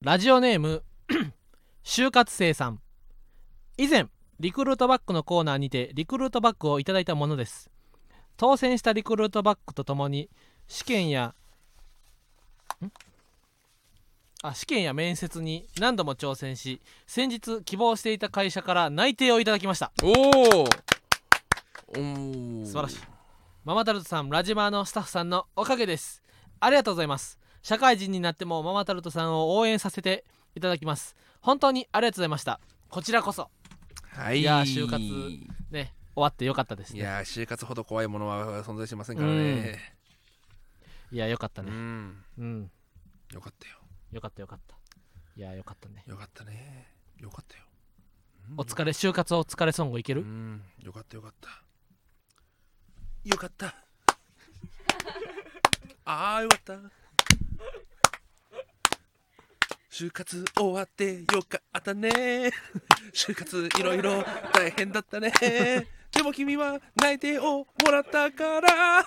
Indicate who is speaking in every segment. Speaker 1: ラジオネーム 就活生さん以前リクルートバッグのコーナーにてリクルートバッグをいただいたものです当選したリクルートバッグとともに試験やんあ試験や面接に何度も挑戦し先日希望していた会社から内定をいただきました
Speaker 2: おおお
Speaker 1: 素晴らしいママタルトさんラジマーのスタッフさんのおかげですありがとうございます社会人になってもママタルトさんを応援させていただきます本当にありがとうございましたこちらこそ
Speaker 2: はい
Speaker 1: いやー就活ね終わってよかったです
Speaker 2: い
Speaker 1: ねいや
Speaker 2: やー就活ほど怖いものは存在しませんからね
Speaker 1: よかった
Speaker 2: うん、
Speaker 1: ねうん
Speaker 2: よかったよ
Speaker 1: よかったよかったいやよかったね
Speaker 2: よかったねよかったよ
Speaker 1: お疲れ就活お疲れソングいけ
Speaker 2: う
Speaker 1: る、
Speaker 2: んよかったよかったよかったああよかった就活終わってよかったね就活いろいろ大変だったねでも君は内定をもらったから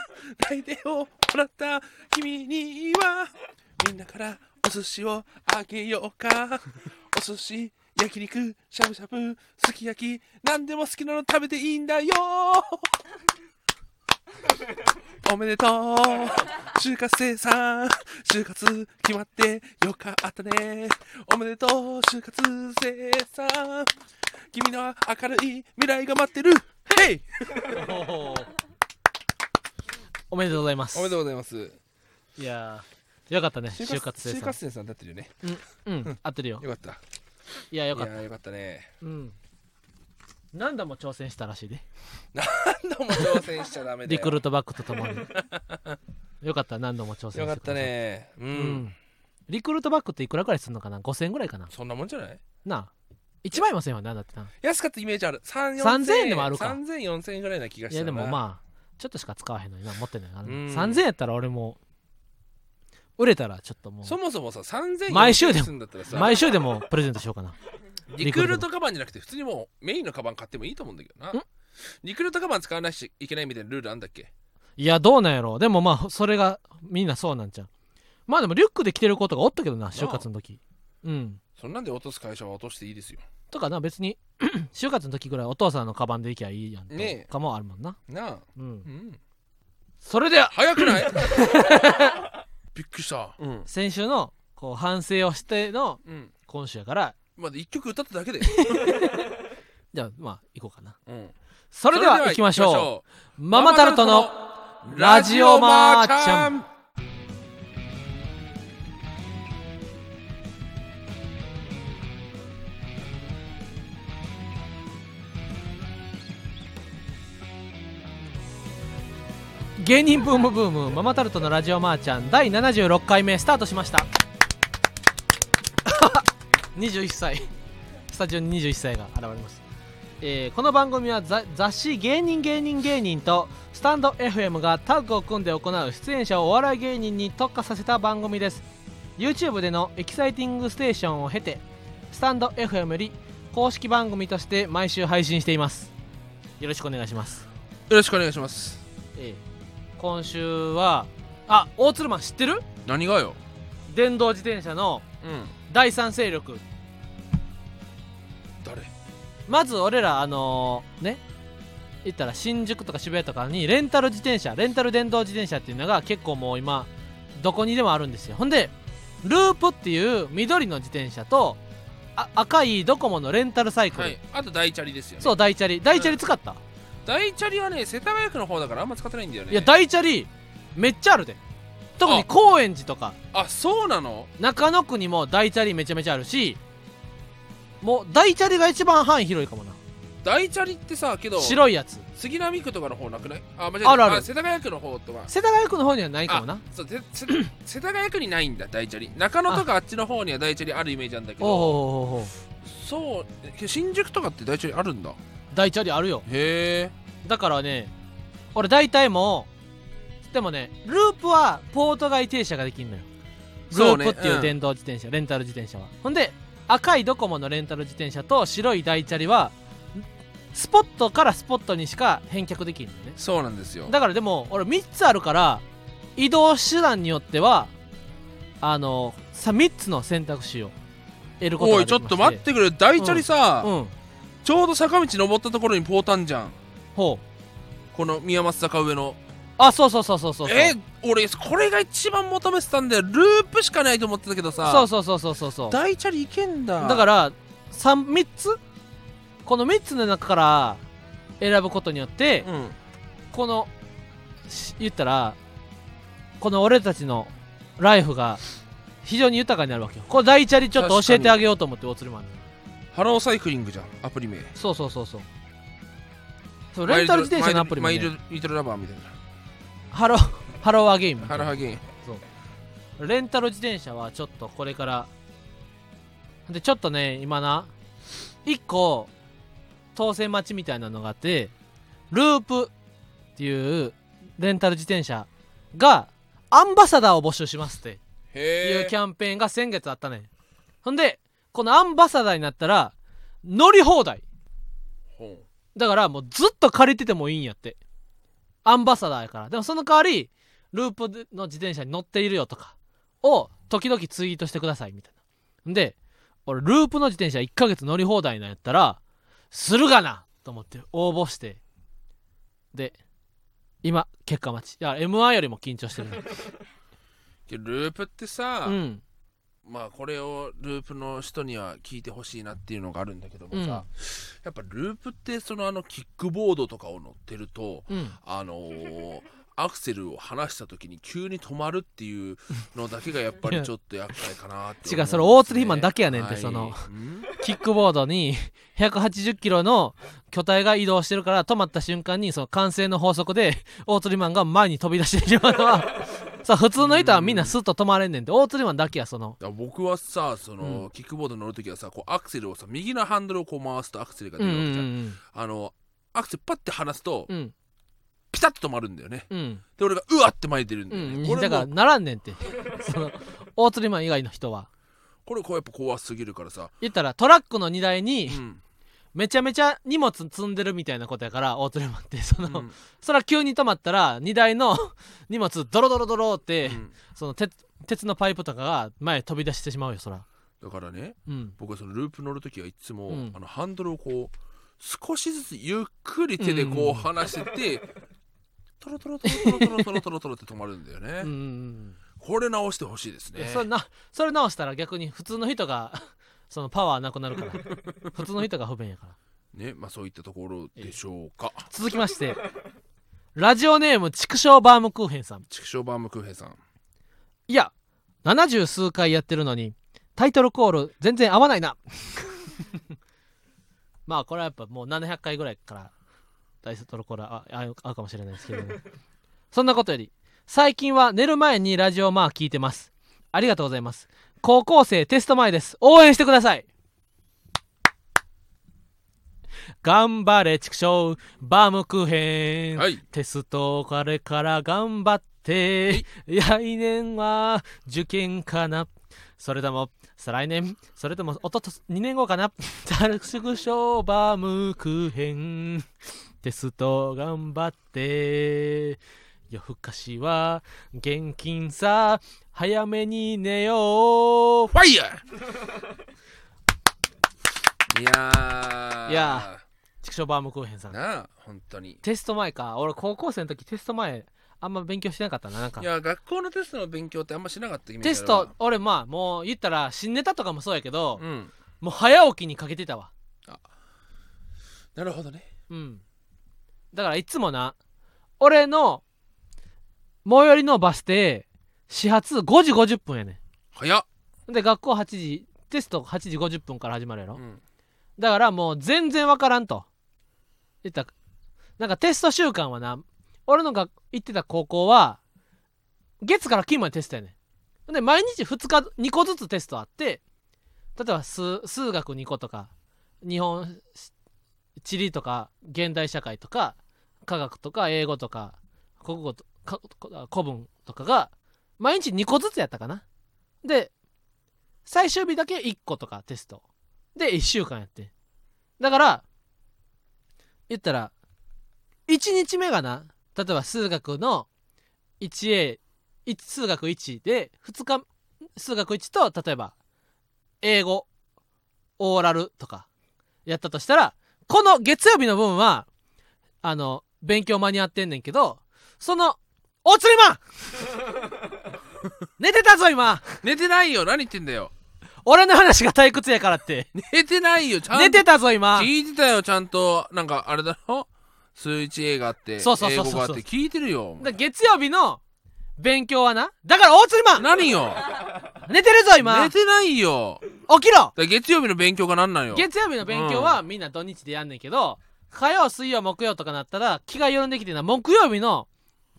Speaker 2: 内定をもらった君にはみんなからお寿司をあげようかお寿司焼肉しゃぶしゃぶすき焼き何でも好きなの食べていいんだよおめでとう就活生さん就活決まってよかったねおめでとう就活生さん君の明るい未来が待ってるヘイ
Speaker 1: おーおめでとうございます
Speaker 2: おめでとうございます
Speaker 1: いやーよかったね就活生
Speaker 2: 就
Speaker 1: さん
Speaker 2: 活生さんだってるよね
Speaker 1: うん、うん、合ってるよ
Speaker 2: よかった
Speaker 1: いやよかっ
Speaker 2: い
Speaker 1: た
Speaker 2: やーよかったね
Speaker 1: うん何度も挑戦したらしいで
Speaker 2: 何度も挑戦しちゃダメだ
Speaker 1: リ
Speaker 2: よ
Speaker 1: クルートバッグととも によかった何度も挑戦して
Speaker 2: よかっ
Speaker 1: くだ
Speaker 2: た
Speaker 1: さい
Speaker 2: ねうん、
Speaker 1: うんリクルートバッグっていくらぐらいするのかな5000円ぐらいかな
Speaker 2: そんなもんじゃない
Speaker 1: なあ1万4000円は何だってな
Speaker 2: 安かったイメージある3
Speaker 1: 3000円でもあるか
Speaker 2: 3000 4000円ぐらいな気がし
Speaker 1: い
Speaker 2: た
Speaker 1: やでも
Speaker 2: あ
Speaker 1: まあちょっとしか使わへんのにな持ってないからな
Speaker 2: うん
Speaker 1: 3000円やったら俺も売れたらちょっとも
Speaker 2: そもそもさ3000円
Speaker 1: 毎週でも
Speaker 2: んだったら
Speaker 1: う
Speaker 2: さ
Speaker 1: 毎週でもプレゼントしようかな
Speaker 2: リクルートカバンじゃなくて普通にもうメインのカバン買ってもいいと思うんだけどなんリクルートカバン使わないしいけないみたいなルールあんだっけ
Speaker 1: いやどうなんやろうでもまあそれがみんなそうなんちゃうまあでもリュックで着てることがおったけどな就活の時うん
Speaker 2: そんなんで落とす会社は落としていいですよ
Speaker 1: とかな別に 就活の時ぐらいお父さんのカバンで行きゃいいやんと
Speaker 2: ねえ
Speaker 1: かもあるもんな、
Speaker 2: なあ
Speaker 1: うん
Speaker 2: う、ん
Speaker 1: それでは
Speaker 2: 早くない びっくりしたうん
Speaker 1: 先週のこう反省をしての
Speaker 2: うん
Speaker 1: 今週やから
Speaker 2: まだ1曲歌った だけで
Speaker 1: じゃあまあ行こうかな
Speaker 2: うん
Speaker 1: それでは行きましょうママタルトのラ
Speaker 2: ラ
Speaker 1: ジ
Speaker 2: ジ
Speaker 1: オ
Speaker 2: オ
Speaker 1: マ
Speaker 2: マ
Speaker 1: ー
Speaker 2: ー
Speaker 1: ち
Speaker 2: ち
Speaker 1: ゃ
Speaker 2: ゃ
Speaker 1: ん
Speaker 2: ん
Speaker 1: 芸人ブームブームママタルトのラジオマーちゃん第76回目スタートしました 21歳スタジオに21歳が現れます、えーこの番組はざ雑誌「芸人芸人芸人」とスタンド FM がタッグを組んで行う出演者をお笑い芸人に特化させた番組です YouTube でのエキサイティングステーションを経てスタンド FM より公式番組として毎週配信していますよろしくお願いします
Speaker 2: よろしくお願いします
Speaker 1: ええ、今週はあ大鶴マン知ってる
Speaker 2: 何がよ
Speaker 1: 電動自転車の
Speaker 2: うん
Speaker 1: 第三勢力
Speaker 2: 誰
Speaker 1: まず俺らあのーね言ったら新宿とか渋谷とかにレンタル自転車レンタル電動自転車っていうのが結構もう今どこにでもあるんですよほんでループっていう緑の自転車とあ赤いドコモのレンタルサイクル、
Speaker 2: はいあと大チャリですよね
Speaker 1: そう大チャリ大チャリ使った、
Speaker 2: 大チャリはね世田谷区の方だからあんま使ってないんだよね
Speaker 1: いや大チャリめっちゃあるで特に
Speaker 2: あ
Speaker 1: 高円寺とか
Speaker 2: あそうなの
Speaker 1: 中野区にも大チャリめちゃめちゃあるしもう大チャリが一番範囲広いかもな
Speaker 2: 大チャリってさけど
Speaker 1: 白いやつ
Speaker 2: 杉並区とかの方なくないあ間違え
Speaker 1: あるある
Speaker 2: 世田谷区の方とか
Speaker 1: 世田谷区の方にはないかもな
Speaker 2: そうせせ世田谷区にないんだ大チャリ中野とかあっちの方には大チャリあるイメージなんだけ
Speaker 1: おう
Speaker 2: ど
Speaker 1: おうおうおう
Speaker 2: そうえけど新宿とかって大チャリあるんだ
Speaker 1: 大チャリあるよ
Speaker 2: へえ
Speaker 1: だからね俺大体もうでもねループはポート外停車ができんのよル
Speaker 2: そうね
Speaker 1: ープっていううん電動自転車、レンタル自転車はほんで赤いドコモのレンタル自転車と白い大チャリはスポットからスポットにしか返却できんのよね
Speaker 2: そうなんですよ
Speaker 1: だからでも俺3つあるから移動手段によってはあのさ3つの選択肢を得ることが
Speaker 2: お
Speaker 1: で
Speaker 2: い
Speaker 1: き
Speaker 2: ちょ
Speaker 1: まし
Speaker 2: っ
Speaker 1: て
Speaker 2: と待ってくれ大チャリさ、
Speaker 1: うん
Speaker 2: ちょうど坂道登ったところにポータンじゃん
Speaker 1: ほう
Speaker 2: この宮松坂上の
Speaker 1: あそうそうそうそうそうそう
Speaker 2: え俺これが一番求めてたんだよループしかないと思ってたけどさ
Speaker 1: そうそうそうそうそうそう
Speaker 2: 大チャリいけんだ
Speaker 1: だからら 3, 3つこの3つの中から選ぶことによって、
Speaker 2: うん
Speaker 1: このし言ったらこの俺たちのライフが非常に豊かになるわけよこれ第一リちょっと教えてあげようと思ってウォーツルマンに
Speaker 2: ハローサイクリングじゃんアプリ名
Speaker 1: そうそうそうそうそうレンタル自転車のアプリも、
Speaker 2: マイル
Speaker 1: ね、
Speaker 2: マイルリトルラバーみたいな
Speaker 1: ハローハローアゲイム
Speaker 2: ハロハゲイン
Speaker 1: レンタル自転車はちょっとこれからでちょっとね今な1個当選待ちみたいなのがあってループっていうレンタル自転車がアンバサダーを募集しますってい
Speaker 2: へ
Speaker 1: うキャンペーンが先月あったねんほんでこのアンバサダーになったら乗り放題
Speaker 2: ほう
Speaker 1: だからもうずっと借りててもいいんやってアンバサダーやからでもその代わりループでの自転車に乗っているよとかを時々ツイートしてくださいみたいなんで俺ループの自転車1ヶ月乗り放題なんやったらするがなと思って応募してで今結果待ちいや m 1よりも緊張してるな
Speaker 2: でループってさ、
Speaker 1: うん
Speaker 2: まあこれをループの人には聞いてほしいなっていうのがあるんだけどもさ、
Speaker 1: うん
Speaker 2: やっぱループってそのあのキックボードとかを乗ってると
Speaker 1: うん
Speaker 2: あのー アクセルを離した時に急に止まるっていうのだけがやっぱりちょっと厄介かなって思んですね、
Speaker 1: 違うそれ大鶴肥満だけやねんって
Speaker 2: はい
Speaker 1: その
Speaker 2: ん
Speaker 1: キックボードに180キロの巨体が移動してるから止まった瞬間にその慣性の法則で大ートリマンが前に飛び出してしまうの はさあ普通の人はみんなスッと止まれんねんって大ートリマンだけやその
Speaker 2: だから僕はさその、
Speaker 1: う
Speaker 2: キックボード乗る時はさこうアクセルをさ右のハンドルをこう回すとアクセルが
Speaker 1: う
Speaker 2: 出
Speaker 1: ん
Speaker 2: る
Speaker 1: う
Speaker 2: わ
Speaker 1: ん
Speaker 2: けじゃん、あのアクセルパッて離すと、
Speaker 1: うんうん
Speaker 2: ピタッと止まるんだよね
Speaker 1: うん
Speaker 2: で俺がうわって前に出るんだ
Speaker 1: う
Speaker 2: よね、
Speaker 1: ん
Speaker 2: これ
Speaker 1: だから
Speaker 2: も
Speaker 1: ならんねんってその大ートリマン以外の人は
Speaker 2: これこうやっぱ怖すぎるからさ、
Speaker 1: 言ったらトラックの荷台
Speaker 2: う
Speaker 1: に
Speaker 2: ん
Speaker 1: めちゃめちゃ荷物積んでるみたいなことやから大ートリマンってその、
Speaker 2: うん
Speaker 1: そら急に止まったら荷台の荷物ドロドロドロって、
Speaker 2: うん
Speaker 1: その鉄鉄のパイプとかが前に飛び出してしまうよそら
Speaker 2: だからね
Speaker 1: うん
Speaker 2: 僕はそのループ乗る時はいつも、
Speaker 1: うん
Speaker 2: あのハンドルをこう少しずつゆっくり手でこう離してて、トロトロトロトロトロトロトロトロって止まるんだよね、
Speaker 1: うんうんうん
Speaker 2: これ直してほしいです
Speaker 1: いや
Speaker 2: ね
Speaker 1: それな それ直したら逆に普通の人が そのパワーなくなるから普通の人が不便やから
Speaker 2: ねまあそういったところでしょうか
Speaker 1: 続きましてラジオネーム畜生バームクーヘンさん
Speaker 2: 畜生バームクーヘイさん
Speaker 1: いや70数回やってるのにタイトルコール全然合わないなまあこれはやっぱもう700回ぐらいからタイトルコールはあ合うかもしれないですけど、ね、そんなことより最近は寝る前にラジオまあ聞いてますありがとうございます高校生テスト前です応援してください頑張れ畜生バームクーヘン、
Speaker 2: はい
Speaker 1: テストこれから頑張って来年は受験かなそれとも再来年それともおとと2年後かなダルクスグショーバームクーヘンテスト頑張って夜更かしは現金さ早めに寝よう
Speaker 2: ファイヤーいやー
Speaker 1: いや畜生バームクーヘンさん
Speaker 2: なあ本当に
Speaker 1: テスト前か俺高校生の時テスト前あんま勉強してなかったななんか
Speaker 2: いや学校のテストの勉強ってあんましなかったイメージ
Speaker 1: テス
Speaker 2: ある
Speaker 1: ト
Speaker 2: わ
Speaker 1: 俺まあもう言ったら新ネタとかもそうやけど、
Speaker 2: うん
Speaker 1: もう早起きにかけてたわ
Speaker 2: なるほどね
Speaker 1: うんだからいつもな俺の最寄りのバス停始発5時50分やね
Speaker 2: 早っ、
Speaker 1: んで学校8時テスト8時50分から始まるやろ、
Speaker 2: うん
Speaker 1: だからもう全然わからんと言ったらなんかテスト週間はな俺のが行ってた高校は月から金までテストやねんで毎日2日2個ずつテストあって例えば数数学2個とか日本し地理とか現代社会とか科学とか英語とか国語とかこ古文とかが毎日2個ずつやったかなで最終日だけ1個とかテストで1週間やってんだから言ったら1日目がな例えば数学の 1A 一数学1で2日数学1と例えば英語オーラルとかやったとしたらこの月曜日の分はあの勉強間に合ってんねんけどそのお釣りマン 寝てたぞ今
Speaker 2: 寝てないよ何言ってんだ よ
Speaker 1: 俺の話が退屈やからって
Speaker 2: 寝てないよちゃんと
Speaker 1: 寝てたぞ今
Speaker 2: 聞いてたよちゃんとなんかあれだろ数一 A があって
Speaker 1: そうそうそうそう
Speaker 2: 英語があって聞いてるよ
Speaker 1: だ月曜日の勉強はなだからお釣りマン
Speaker 2: 何よ
Speaker 1: 寝てるぞ今
Speaker 2: 寝
Speaker 1: 起
Speaker 2: てないよ
Speaker 1: きろ
Speaker 2: だから月曜日の勉強が何なんよ
Speaker 1: 月曜日の勉強はみんな土日でやんねんけど、火曜水曜木曜とかなったら気が緩んできてな木曜日の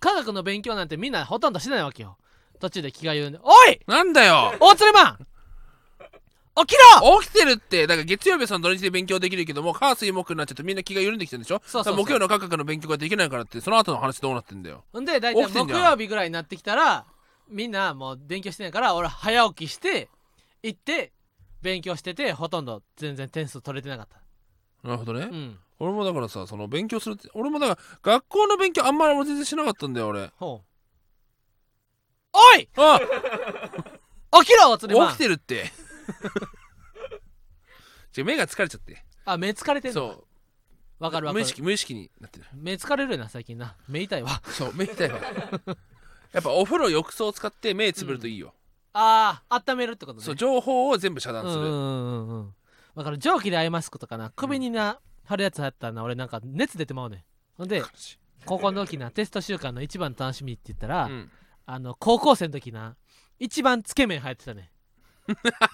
Speaker 1: 科学の勉強なんてみんなほとんどしてないわけよ途中で気が緩んでおい
Speaker 2: なんだよ
Speaker 1: 大鶴マン起きろ
Speaker 2: 起きてるってだから月曜日はその土日で勉強できるけども火水木になっちゃってみんな気が緩んできてるんでしょ
Speaker 1: そうそうそう
Speaker 2: だから木曜の科学の勉強ができないからってその後の話どうなってんだよ
Speaker 1: ほんで大体
Speaker 2: 起きてん
Speaker 1: 木
Speaker 2: じゃん
Speaker 1: 曜日ぐらいになってきたらみんなもう勉強してないから俺早起きして行って勉強しててほとんど全然点数取れてなかった
Speaker 2: なるほどね、
Speaker 1: うん
Speaker 2: 俺もだからさその勉強するって俺もだから学校の勉強あんまり俺全然しなかったんだよ俺
Speaker 1: ほうおい
Speaker 2: あ
Speaker 1: 起きろ大鶴マン
Speaker 2: 起きてるって 違う目が疲れちゃって
Speaker 1: あ目疲れてるの
Speaker 2: そう
Speaker 1: わかるわか
Speaker 2: 無
Speaker 1: る
Speaker 2: 意識無意識になってる
Speaker 1: 目疲れるよな最近な目痛いわ
Speaker 2: そう目痛いわ やっぱお風呂浴槽を使って目つぶるといいよ、
Speaker 1: ああ温めるってことね
Speaker 2: そう情報を全部遮断す
Speaker 1: うん
Speaker 2: る、
Speaker 1: うんうんうんだから蒸気でアイマスクとかな首にな、貼るやつあったらな俺なんか熱出てまうねんほんで
Speaker 2: 悲しい
Speaker 1: 高校の時なテスト週間の一番の楽しみって言ったら、
Speaker 2: うん
Speaker 1: あの高校生の時な一番つけ麺流行ってたね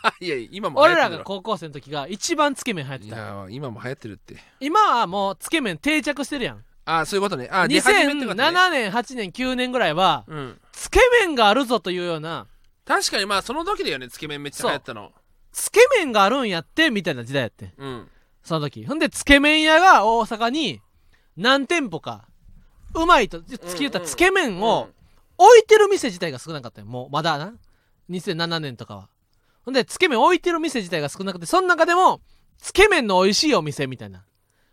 Speaker 2: あいやいや今も
Speaker 1: 俺
Speaker 2: 流行って
Speaker 1: ら
Speaker 2: るだ
Speaker 1: が
Speaker 2: ろ
Speaker 1: 高校生の時が一番つけ麺流行って
Speaker 2: い
Speaker 1: た
Speaker 2: や今も流行ってるって
Speaker 1: 今はもうつけ麺定着してるやん
Speaker 2: あそういうことねあ出始めってことね
Speaker 1: 2007年8年9年ぐらいは
Speaker 2: うん
Speaker 1: つけ麺があるぞというような
Speaker 2: 確かにまあその時だよねつけ麺めっちゃ流行ったの
Speaker 1: つけ麺があるんやってみたいな時代やってん
Speaker 2: うん
Speaker 1: その時ほんでつけ麺屋が大阪に何店舗かうまいとつき言ったらつけ麺を置いてる店自体が少なかったよもうまだな2007年とかはほんでつけ麺置いてる店自体が少なくてその中でもつけ麺の美味しいお店みたいな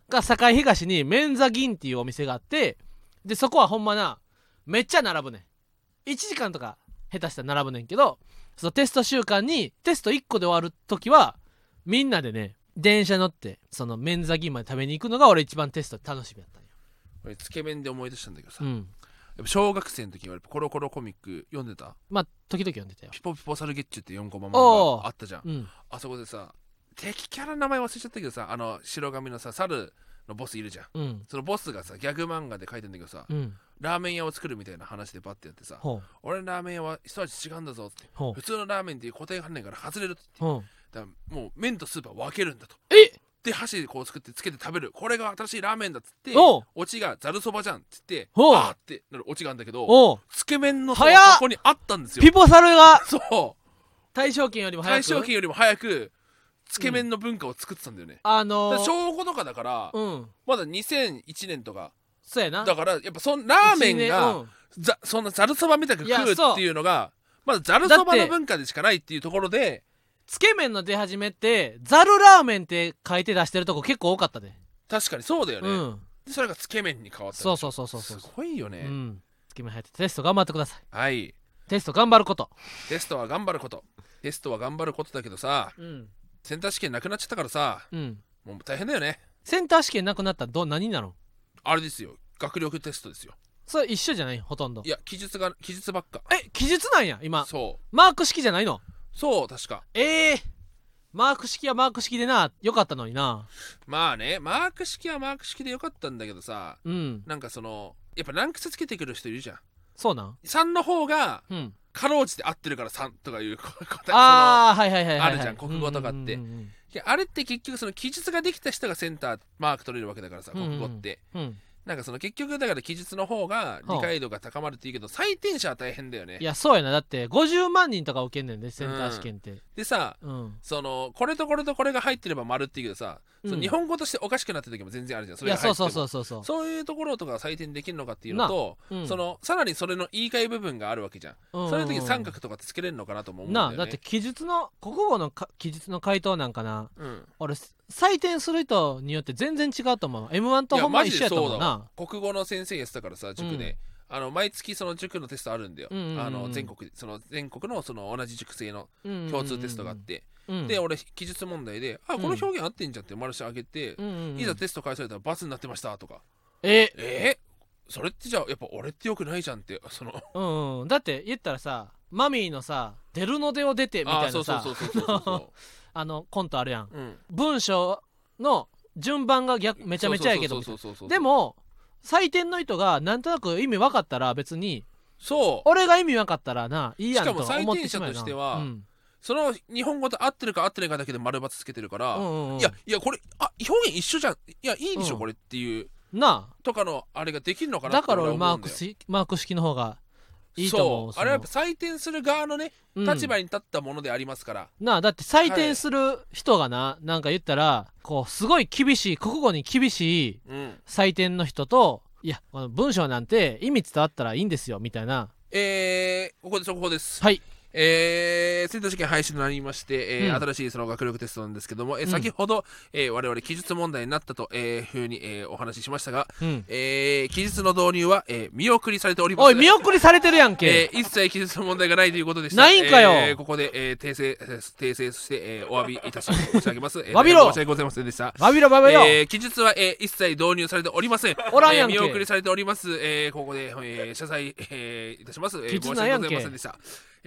Speaker 1: が堺東に麺座銀っていうお店があってでそこはほんまなめっちゃ並ぶねん1時間とか下手したら並ぶねんけどそのテスト週間にテスト1個で終わる時はみんなでね電車乗ってその免座銀まで食べに行くのが俺一番テスト楽しみだったんよ、
Speaker 2: 俺つけ麺で思い出したんだけどさ、
Speaker 1: う
Speaker 2: や
Speaker 1: ん、
Speaker 2: っぱ小学生の時はやっぱコロコロコミック読んでた
Speaker 1: まあ時々読んでたよ
Speaker 2: ピポピポサルゲッチュって4コマ
Speaker 1: お
Speaker 2: 漫
Speaker 1: ー
Speaker 2: 画あったじゃん
Speaker 1: うん
Speaker 2: あそこでさ敵キャラの名前忘れちゃったけどさあの白髪のさ猿のボスいるじゃん
Speaker 1: うん
Speaker 2: そのボスがさギャグ漫画で書いてんだけどさ、
Speaker 1: うん
Speaker 2: ラーメン屋を作るみたいな話でバッてやってさ
Speaker 1: ほう
Speaker 2: 俺のラーメン屋は一味違うんだぞって
Speaker 1: ほう
Speaker 2: 普通のラーメンっていう固定観念から外れるって
Speaker 1: ほう
Speaker 2: だからもう麺とスープは分けるんだと
Speaker 1: え
Speaker 2: で箸でこう作ってつけて食べるこれが新しいラーメンだっつって
Speaker 1: おう
Speaker 2: オチがざるそばじゃんっつって
Speaker 1: おう
Speaker 2: あーってなるオチがあるんだけど
Speaker 1: おう
Speaker 2: つけ麺のそ
Speaker 1: 早っ
Speaker 2: こにあったんですよ
Speaker 1: ピポサルが
Speaker 2: そう
Speaker 1: 大賞金よりも早
Speaker 2: 大
Speaker 1: く
Speaker 2: 正期よりも早くつけ麺の文化を作ってたんだよね、
Speaker 1: あの
Speaker 2: だ
Speaker 1: ー、
Speaker 2: から小5とかだから、
Speaker 1: うん
Speaker 2: まだ2001年とか
Speaker 1: そうやな
Speaker 2: だからやっぱそんラーメン
Speaker 1: う
Speaker 2: が
Speaker 1: ん
Speaker 2: ざそんなざるそばみたく
Speaker 1: いや
Speaker 2: 食う
Speaker 1: そう
Speaker 2: っていうのがまだざるそ
Speaker 1: だっ
Speaker 2: ば
Speaker 1: て
Speaker 2: の文化でしかないっていうところで
Speaker 1: つけ麺の出始めってざるラーメンって書いて出してるとこ結構多かったで、
Speaker 2: 確かにそうだよね、
Speaker 1: うん
Speaker 2: でそれがつけ麺に変わった
Speaker 1: そうそうそうそうそう
Speaker 2: すごいよ
Speaker 1: う
Speaker 2: ね、
Speaker 1: んつけ麺入ってテスト頑張ってください
Speaker 2: はい
Speaker 1: テスト頑張ること
Speaker 2: テストは頑張ることテストは頑張ることだけどさ
Speaker 1: うん
Speaker 2: センター試験なくなっちゃったからさ
Speaker 1: うん
Speaker 2: もう大変だよね
Speaker 1: センター試験なくなったらどう何になるの
Speaker 2: あれですよ学力テストですよ
Speaker 1: それ一緒じゃないほとんど
Speaker 2: いや記述が記述ばっか
Speaker 1: え記述なんや今
Speaker 2: そう
Speaker 1: マーク式じゃないの
Speaker 2: そう確か
Speaker 1: ええマーク式はマーク式でなよかったのにな
Speaker 2: まあねマーク式はマーク式でよかったんだけどさ
Speaker 1: うん
Speaker 2: なんかそのやっぱランクスつけてくる人いるじゃん
Speaker 1: そうなん
Speaker 2: 3の方が
Speaker 1: うん
Speaker 2: かろうじて合ってるから3とかいうこ答え
Speaker 1: ああはいはいはいはいはい
Speaker 2: あるじゃん国語とかって
Speaker 1: うんうん
Speaker 2: そのいやあれって結局その記述ができた人がセンターマーク取れるわけだからさ
Speaker 1: うんうん
Speaker 2: 国語って、
Speaker 1: うんうん
Speaker 2: なんかその結局だから記述の方が理解度が高まるっていうけど採点者は大変だよね
Speaker 1: いやそうやなだって50万人とか受けんねんでセンター試験って
Speaker 2: でさ
Speaker 1: うん
Speaker 2: そのこれとこれとこれが入ってれば丸っていうけどさ、
Speaker 1: う
Speaker 2: そ
Speaker 1: ん
Speaker 2: の日本語としておかしくなってる時も全然あるじゃん
Speaker 1: い
Speaker 2: それ
Speaker 1: や
Speaker 2: が入
Speaker 1: そう
Speaker 2: ってて
Speaker 1: そ
Speaker 2: も
Speaker 1: うそうそうそう
Speaker 2: そういうところとかが採点できるのかっていうのと、
Speaker 1: うん
Speaker 2: そのさらにそれの言い換え部分があるわけじゃん、
Speaker 1: うんうんうん
Speaker 2: そういう時に三角とかってつけれるのかなとも思うんだよ
Speaker 1: なあ
Speaker 2: ね
Speaker 1: だって記述の国語のか記述の回答なんかな
Speaker 2: うん
Speaker 1: 俺採点する人によって全然違うと思うわ M1 と
Speaker 2: いや
Speaker 1: ほんま
Speaker 2: マジ
Speaker 1: 一緒
Speaker 2: で
Speaker 1: やと
Speaker 2: そう
Speaker 1: 思
Speaker 2: だ
Speaker 1: う
Speaker 2: わ
Speaker 1: な
Speaker 2: 国語の先生やってたからさ塾で、あの毎月その塾のテストあるんだよ、
Speaker 1: うんうんうん
Speaker 2: あの全国その全国のその同じ塾生の
Speaker 1: 共
Speaker 2: 共通テストがあって、
Speaker 1: うん
Speaker 2: で俺記述問題で「あこの表現合ってんじゃん」ってマルシェ上げて、
Speaker 1: うんうんうん
Speaker 2: いざテスト返されたら罰になってましたとか
Speaker 1: え
Speaker 2: えー、それってじゃあやっぱ俺ってよくないじゃんってその
Speaker 1: うんうんだって言ったらさマミーのさ「出るのでを出て」み
Speaker 2: あ
Speaker 1: た
Speaker 2: ー
Speaker 1: い
Speaker 2: そ
Speaker 1: な
Speaker 2: うそ
Speaker 1: さ
Speaker 2: うそうそうそうそ
Speaker 1: あのコントあるやん
Speaker 2: う、うん、
Speaker 1: 文章の順番が逆めちゃめちゃやけどみたい
Speaker 2: そうそうそうそうそう
Speaker 1: なでも採点の意図がなんとなく意味分かったら別に
Speaker 2: そう
Speaker 1: 俺が意味分かったらないいやんと
Speaker 2: しかも
Speaker 1: 思ってしまうよな
Speaker 2: 採点者としては
Speaker 1: うん
Speaker 2: その日本語と合ってるか合ってないかだけで丸×つけてるから、
Speaker 1: うんうんうん
Speaker 2: いやいやこれあ表現一緒じゃんいやいいでしょ、
Speaker 1: うん
Speaker 2: これっていう
Speaker 1: な
Speaker 2: とかのあれができるの
Speaker 1: あ
Speaker 2: かな
Speaker 1: だ
Speaker 2: って
Speaker 1: から
Speaker 2: 俺
Speaker 1: 俺
Speaker 2: は思
Speaker 1: マ
Speaker 2: う
Speaker 1: ー
Speaker 2: んだ
Speaker 1: ク
Speaker 2: よ
Speaker 1: しマーク式の方がいいと思う
Speaker 2: そうあれはやっぱ採点する側のね
Speaker 1: うん
Speaker 2: 立場に立ったものでありますから、
Speaker 1: なあだって採点する人がな、なんか言ったらこうすごい厳しい国語に厳しい
Speaker 2: うん
Speaker 1: 採点の人といやこの文章なんて意味伝わったらいいんですよみたいな
Speaker 2: えー、ここで速報です
Speaker 1: はい
Speaker 2: えー、センター試験廃止となりまして、えー
Speaker 1: うん
Speaker 2: 新しいその学力テストなんですけども、えー
Speaker 1: うん
Speaker 2: 先ほど、えー我々記述問題になったと、えー、ふうに、えーお話ししましたが、
Speaker 1: うん
Speaker 2: えー、記述の導入は、えー見送りされております
Speaker 1: おい見送りされてるやんけ、
Speaker 2: えー一切記述の問題がないということでした。
Speaker 1: ないんかよ
Speaker 2: えーここで、えー訂正、えー訂正して、えーお詫びいたし申し上 げます。えー
Speaker 1: 詫びろ
Speaker 2: 申し訳ございませんでした。
Speaker 1: バビロバビロ、
Speaker 2: えー記述は、えー一切導入されておりません。
Speaker 1: おらんやんけ
Speaker 2: えー見送りされております。えーここで、えー謝罪、えーいたします。えー
Speaker 1: 記述
Speaker 2: 申し
Speaker 1: ない
Speaker 2: 訳
Speaker 1: やん
Speaker 2: ご
Speaker 1: け
Speaker 2: ざいませんでした。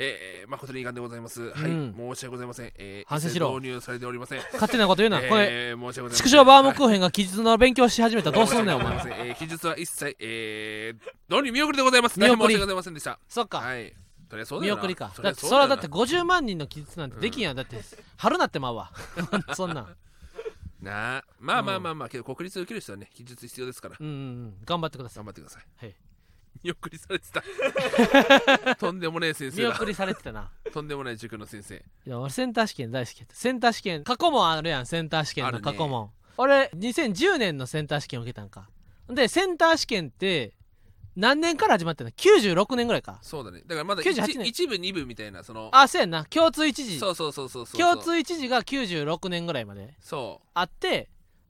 Speaker 2: えー、誠に遺憾でございます。はい、
Speaker 1: うん
Speaker 2: 申し訳ございません。えー
Speaker 1: 反省しろ
Speaker 2: 一切導入されておりません。
Speaker 1: 勝手なこと言うな、これ
Speaker 2: えー申し訳ございません。
Speaker 1: 畜生バームクーヘンが記述の勉強し始めたらどうすんねんお
Speaker 2: 申し
Speaker 1: 前
Speaker 2: 訳ございませんえー記述は一切、えー、導入見送りでございます。
Speaker 1: 見
Speaker 2: 大
Speaker 1: 送
Speaker 2: 変
Speaker 1: り
Speaker 2: 申し訳ございませんでした。
Speaker 1: そっか、
Speaker 2: はい。そりゃそうだ
Speaker 1: 見
Speaker 2: よな
Speaker 1: 送りか
Speaker 2: り
Speaker 1: だ
Speaker 2: ゃ
Speaker 1: ってそれはだっ
Speaker 2: う
Speaker 1: て
Speaker 2: よ
Speaker 1: 50万人の記述なんてできんやん、だって春なってまうわ そんなん
Speaker 2: ななあまあまあまあまあけど国立受ける人はね技術必要ですから
Speaker 1: うんうんうん頑張ってください
Speaker 2: 頑張ってください
Speaker 1: はい
Speaker 2: 見送りされて たとんでもない先生
Speaker 1: 見
Speaker 2: だ
Speaker 1: 送りされてたな
Speaker 2: とんでもない塾の先生
Speaker 1: いや俺センター試験大好きやったセンター試験過去問あるやんセンター試験
Speaker 2: あ
Speaker 1: の
Speaker 2: るね
Speaker 1: 過去問、俺2010年のセンター試験を受けたんかでセンター試験って何年から始まってんの96年ぐらいか
Speaker 2: そうだねだからまだ
Speaker 1: 98年
Speaker 2: 一一部二部みたいなその
Speaker 1: あそうやんな共通一次
Speaker 2: そうそうそうそうそう
Speaker 1: 共通一次が96年ぐらいまで
Speaker 2: そ
Speaker 1: あって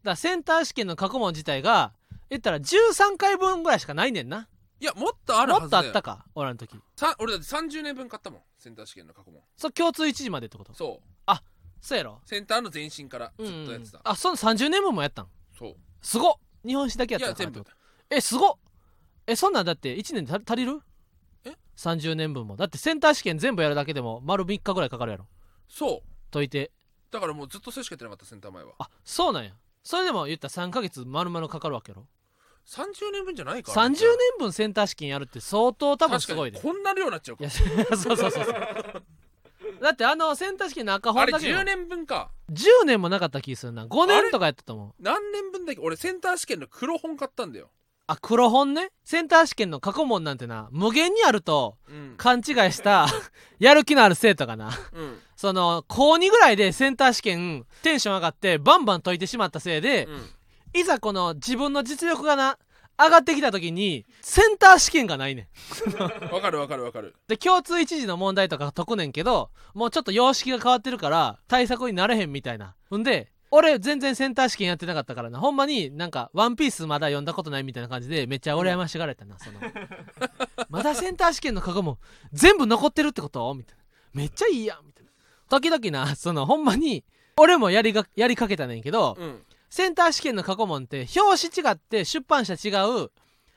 Speaker 1: だからセンター試験の過去問自体が言ったら13回分ぐらいしかないねんな
Speaker 2: ういやもっとある
Speaker 1: も
Speaker 2: は
Speaker 1: っ
Speaker 2: ず
Speaker 1: とあ
Speaker 2: だ
Speaker 1: っ
Speaker 2: よ
Speaker 1: たか俺らの時
Speaker 2: さ俺だって30年分買ったもんセンター試験の過去問
Speaker 1: そう共通一次までってこと
Speaker 2: そう
Speaker 1: そうやろ
Speaker 2: センターの前身から
Speaker 1: う
Speaker 2: ず
Speaker 1: んう
Speaker 2: っとやっ
Speaker 1: ん
Speaker 2: てた
Speaker 1: あその30年分もやったん
Speaker 2: そう
Speaker 1: すごっ日本史だけや
Speaker 2: い
Speaker 1: った
Speaker 2: や
Speaker 1: のかなと
Speaker 2: 全部
Speaker 1: 思ったえすごっえそんなんだって1年で足足りる
Speaker 2: え
Speaker 1: ?30 年分もだってセンター試験全部やるだけでも丸3日ぐらいかかるやろ
Speaker 2: そう
Speaker 1: 解いて
Speaker 2: だからもうずっとそれしかやってなかったセンター前は
Speaker 1: あそうなんやそれでも言ったら3ヶ月丸々かかるわけやろ
Speaker 2: 30年分じゃないから
Speaker 1: 30年分センター試験やるって相当多分すごいで
Speaker 2: 確かにこんな量になっちゃう
Speaker 1: い
Speaker 2: か
Speaker 1: や そうそうそうそうだってあのセンター試験の赤
Speaker 2: あ
Speaker 1: 本
Speaker 2: れ
Speaker 1: だけでも
Speaker 2: 10年分か
Speaker 1: 10年もなかった気するな5
Speaker 2: あ
Speaker 1: 年
Speaker 2: れ
Speaker 1: とかやったと思う
Speaker 2: 何年分だっけ俺センター試験の黒本買ったんだよ、
Speaker 1: あ黒本ねセンター試験の過去問なんてな無限にあると
Speaker 2: うん
Speaker 1: 勘違いした やる気のある生徒がな
Speaker 2: うん
Speaker 1: その高2ぐらいでセンター試験テンション上がってバンバン解いてしまったせいで、いざこの自分の実力がな上がってきた時にセンター試験がないねん。
Speaker 2: わかるわかるわかる
Speaker 1: で共通一次の問題とか解くねんけどもうちょっと様式が変わってるから対策になれへんみたいな。ほんで俺全然センター試験やってなかったからなほんまになんか「ワンピースまだ読んだことないみたいな感じでめっちゃ羨ましがられたなそのまだセンター試験の過去も全部残ってるってことみたいなめっちゃいいやんみたいな時々なそのほんまに俺もやりがやりかけたねんけど、
Speaker 2: うん
Speaker 1: センター試験の過去問って表紙違って出版社違う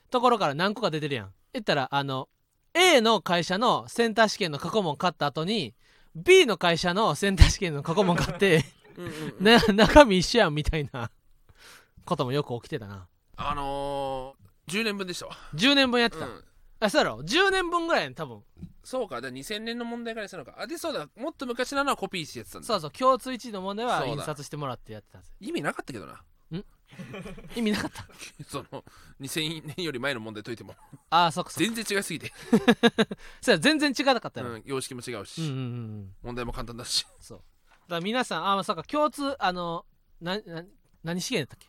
Speaker 1: ところから何個か出てるやん言ったらあの A の会社のセンター試験の過去問買った後に B の会社のセンター試験の過去問買って
Speaker 2: うんうん
Speaker 1: な中身一緒やんみたいなこともよく起きてたな
Speaker 2: あのー、10年分でしたわ、
Speaker 1: 10年分やって
Speaker 2: う
Speaker 1: た、
Speaker 2: ん、
Speaker 1: あそうやろ10年分ぐらいやん多分
Speaker 2: そうかだから2000年の問題からしたのかあでそうだもっと昔なのはコピーしてやってたんだ
Speaker 1: そうそう共通一位の問題は
Speaker 2: そうだ
Speaker 1: 印刷してもらってやってたぜ
Speaker 2: 意味なかったけどな
Speaker 1: 意味なかった
Speaker 2: その2000年より前の問題解いても
Speaker 1: ああそっかそっか
Speaker 2: 全然違いすぎて、
Speaker 1: そうや全然違かった
Speaker 2: う
Speaker 1: よ、
Speaker 2: ん、様式も違うし、
Speaker 1: うんうんうんうん
Speaker 2: 問題も簡単だし
Speaker 1: そう。だから皆さん、あ、まあそうか、共通、あの、な、な、何試験だったっけ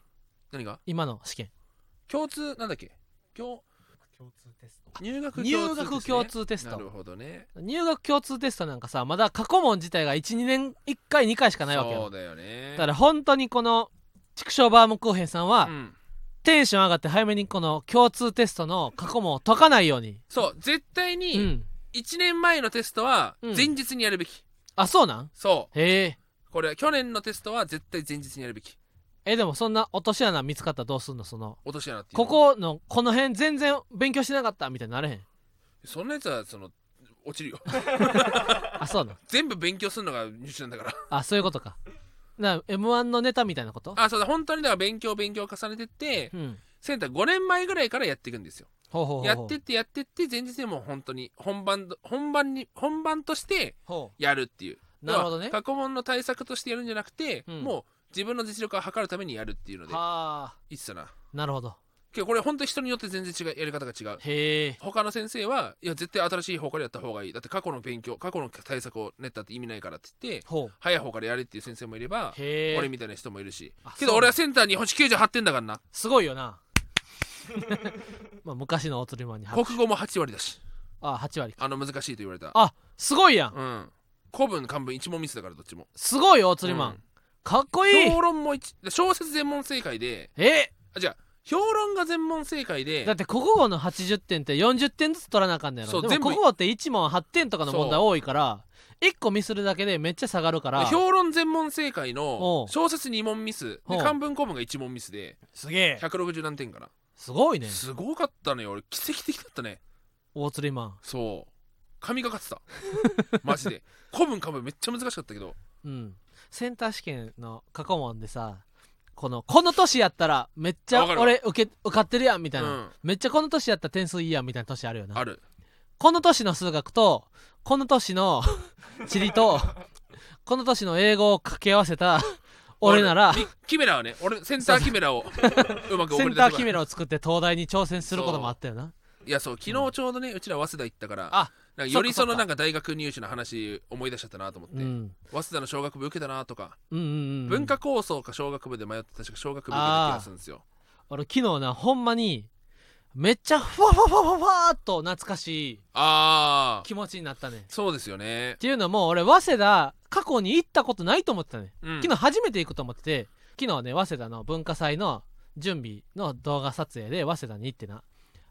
Speaker 2: 何が
Speaker 1: 今の試験。
Speaker 2: 共通なんだっけ共
Speaker 3: 共通テスト
Speaker 2: 入学共通
Speaker 1: 入学共
Speaker 2: ですね
Speaker 1: 通テス
Speaker 2: な
Speaker 1: ト
Speaker 2: る。ほどね
Speaker 1: 入学共通テストなんかさ、まだ過去問自体が1、2年、1回、2回しかないわけ
Speaker 2: そう
Speaker 1: よ。
Speaker 2: だよね
Speaker 1: だから本当にこの、畜生バームクーヘンさんは、
Speaker 2: うん
Speaker 1: テンション上がって早めにこの共通テストの過去問を解かないように。
Speaker 2: そう絶対
Speaker 1: う
Speaker 2: に
Speaker 1: ん。
Speaker 2: 1年前のテストは
Speaker 1: うん
Speaker 2: 前日にやるべき、
Speaker 1: あ、そうなん
Speaker 2: そ
Speaker 1: へえ。
Speaker 2: うこれ去年のテストは絶対前日にやるべき
Speaker 1: えでもそんな落とし穴見つかったらどうすんのその
Speaker 2: 落とし穴っていうの
Speaker 1: こ
Speaker 2: は
Speaker 1: このこの辺全然勉強してなかったみたいになれへん
Speaker 2: そんなやつはその落ちるよ
Speaker 1: あそうなの
Speaker 2: 全部勉強するのが入試なんだ から
Speaker 1: あそういうことかな m 1のネタみたいなこと
Speaker 2: あそうだ本当にだから勉強勉強を重ねてって
Speaker 1: うん
Speaker 2: センター5年前ぐらいからやっていくんですよ
Speaker 1: ほうほうほうほう
Speaker 2: やってってやってって前日でもう本当に本番ど本番に本番として
Speaker 1: ほ
Speaker 2: やるっていう
Speaker 1: うなるほどね
Speaker 2: 過去問の対策としてやるんじゃなくて、
Speaker 1: うん
Speaker 2: もう自分の実力を測るためにやるっていうので
Speaker 1: はあ
Speaker 2: 言ってたな
Speaker 1: なるほど
Speaker 2: けどこれ本当に人によって全然違うやり方が違う
Speaker 1: へえ
Speaker 2: 他の先生はいや絶対新しい方からやった方がいいだって過去の勉強過去の対策を練ったって意味ないからって言って
Speaker 1: ほう
Speaker 2: 早い方からやれっていう先生もいれば
Speaker 1: へ
Speaker 2: 俺
Speaker 1: え
Speaker 2: みたいな人もいるし
Speaker 1: あ
Speaker 2: けど俺はセンターに星98点だからな
Speaker 1: すごいよな まあ昔のおつりマンには
Speaker 2: 国語も8割だし
Speaker 1: あ8割
Speaker 2: あの難しいと言われた
Speaker 1: あすごいやん
Speaker 2: うん古文漢文一問ミスだからどっちも
Speaker 1: すごいよおつりマン、
Speaker 2: うん
Speaker 1: かっこいい
Speaker 2: 評論も一小説全問正解で
Speaker 1: え
Speaker 2: あじゃあ評論が全問正解で
Speaker 1: だって国語の80点って40点ずつ取らなあかんねや
Speaker 2: そ
Speaker 1: ろ
Speaker 2: う
Speaker 1: で
Speaker 2: 全
Speaker 1: も
Speaker 2: 部
Speaker 1: 国語って1問8点とかの問題多いから1個ミスるだけでめっちゃ下がるから
Speaker 2: 評論全問正解
Speaker 1: お
Speaker 2: の
Speaker 1: う
Speaker 2: 小説2問ミス
Speaker 1: お
Speaker 2: で
Speaker 1: う
Speaker 2: 漢文古文が1問ミスです
Speaker 1: げえ
Speaker 2: 160何点かな
Speaker 1: すごいね
Speaker 2: すごかったね俺奇跡的だったね
Speaker 1: 大釣りマン
Speaker 2: そう神がかってた マジで古文漢文めっちゃ難しかったけど
Speaker 1: うんセンター試験の過去問でさこのこの年やったらめっちゃ
Speaker 2: わかるわ
Speaker 1: 俺受け受かってるやんみたいな、
Speaker 2: うん
Speaker 1: めっちゃこの年やったら点数いいやんみたいな年あるよな
Speaker 2: ある
Speaker 1: この年の数学とこの年の 地理とこの年の英語を掛け合わせた俺なら
Speaker 2: みキメラはね俺センターキメラをうまく
Speaker 1: セ
Speaker 2: 覚え
Speaker 1: ン
Speaker 2: て
Speaker 1: タ
Speaker 2: た
Speaker 1: ーキメラを作って東大に挑戦することもあったよない
Speaker 2: やそう昨日ちょうどね、うちら早稲田行ったから
Speaker 1: あ
Speaker 2: な
Speaker 1: そっ
Speaker 2: んかよ
Speaker 1: か
Speaker 2: り
Speaker 1: そっ
Speaker 2: そ
Speaker 1: か
Speaker 2: のなんか大学入試の話思い出しちゃったなと思って、
Speaker 1: うん
Speaker 2: 早稲田の小学部受けたなとか、
Speaker 1: うんうんうん
Speaker 2: 文化構想か小学部で迷って確か小学部受けた気がするんですよ
Speaker 1: 俺昨日なほんまにめっちゃふわふわふわふわふわーっと懐かしい
Speaker 2: ああ
Speaker 1: 気持ちになったねっ
Speaker 2: そうですよね
Speaker 1: ていうのも俺早稲田過去に行ったことないと思ってたね、
Speaker 2: うん
Speaker 1: 昨日初めて行くと思ってて昨日ね早稲田の文化祭の準備の動画撮影で早稲田に行ってな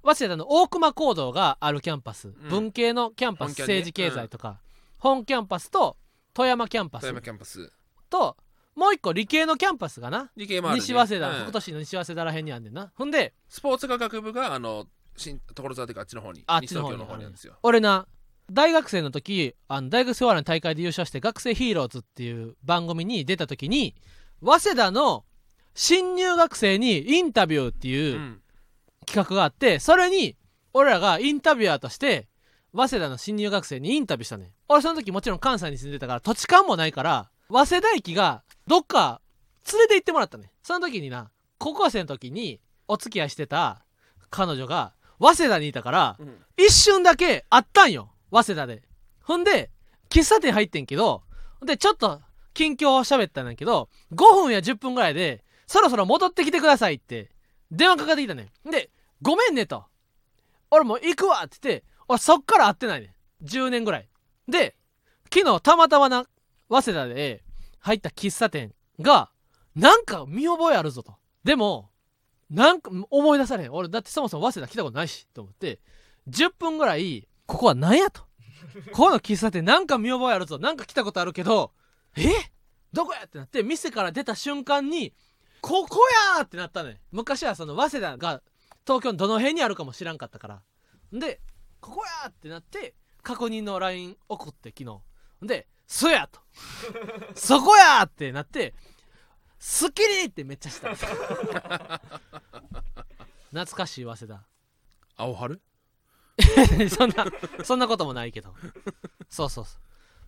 Speaker 1: 早稲田の大熊講堂があるキャンパス、文系のキャンパス
Speaker 2: 本キャンね
Speaker 1: 政治経済とか、本キャンパスと富山キャンパ
Speaker 2: 富
Speaker 1: ス
Speaker 2: 山キャンパス
Speaker 1: ともう一個理系のキャンパスがな
Speaker 2: 理系もある、ね、
Speaker 1: 西早稲田、
Speaker 2: うん
Speaker 1: 北斗市の西早稲田らへんにあんねんなほんで
Speaker 2: スポーツ科学部があの新所沢というかあっちの方に
Speaker 1: あっ
Speaker 2: 西
Speaker 1: ちの方
Speaker 2: 東京
Speaker 1: に
Speaker 2: の方にあるんですよ
Speaker 1: 俺な大学生の時あの大学生お笑いの大会で優勝して「学生ヒーローズ」っていう番組に出た時に早稲田の新入学生にインタビューって
Speaker 2: う
Speaker 1: いうん企画があって、それに俺らがインタビュアーとして早稲田の新入学生にインタビューしたね俺その時もちろん関西に住んでたから土地勘もないから早稲田駅がどっか連れて行ってもらったねその時にな高校生の時にお付き合いしてた彼女が早稲田にいたから、
Speaker 2: うん
Speaker 1: 一瞬だけあったんよ早稲田でほんで喫茶店入ってんけどでちょっと近況を喋ったんだけど5分や10分ぐらいでそろそろ戻ってきてくださいって電話かかってきたねで「ごめんね」と「俺もう行くわ」って言って俺そっから会ってないね10年ぐらいで昨日たまたまな早稲田で入った喫茶店がなんか見覚えあるぞとでもなんか思い出されへん俺だってそもそも早稲田来たことないしと思って10分ぐらいここは何やとここの喫茶店なんか見覚えあるぞなんか来たことあるけどえどこやってなって店から出た瞬間にここやーってなったね昔はその早稲田が東京のどの辺にあるかも知らんかったからでここやーってなって確認の LINE 送って昨日で「そや!」と「そこや!」ってなって「スッキリ!」ってめっちゃした懐かしい早稲田
Speaker 2: 青春
Speaker 1: そんなそんなこともないけどそうそうそう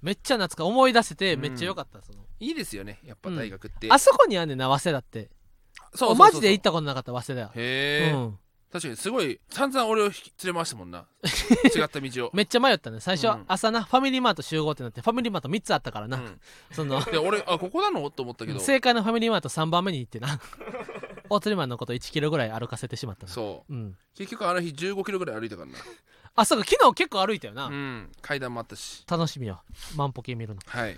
Speaker 1: めっちゃ懐か思い出せてめっちゃ良かった、その
Speaker 2: いいですよねやっぱ大学って、
Speaker 1: あそこにあんねんな早稲田って
Speaker 2: そうそうそうそう
Speaker 1: マジで行ったことなかった早稲田
Speaker 2: へえ、
Speaker 1: うん、
Speaker 2: 確かにすごい散々俺を引き連れ回したも んな違った道を、
Speaker 1: めっちゃ迷ったね最初
Speaker 2: う
Speaker 1: は
Speaker 2: ん
Speaker 1: 朝な、ファミリーマート集合ってなってファミリーマート3つあったからな、
Speaker 2: う
Speaker 1: その
Speaker 2: ん、で俺あここなのと思ったけど
Speaker 1: 正解のファミリーマート3番目に行って な大釣りマンのこと1キロぐらい歩かせてしまったな
Speaker 2: そう
Speaker 1: うん
Speaker 2: 結局あの日1 5キロぐらい歩いたから
Speaker 1: あそうか昨日結構歩いたよな、
Speaker 2: なうん階段もあったし
Speaker 1: 楽しみよ万歩計見るの
Speaker 2: はい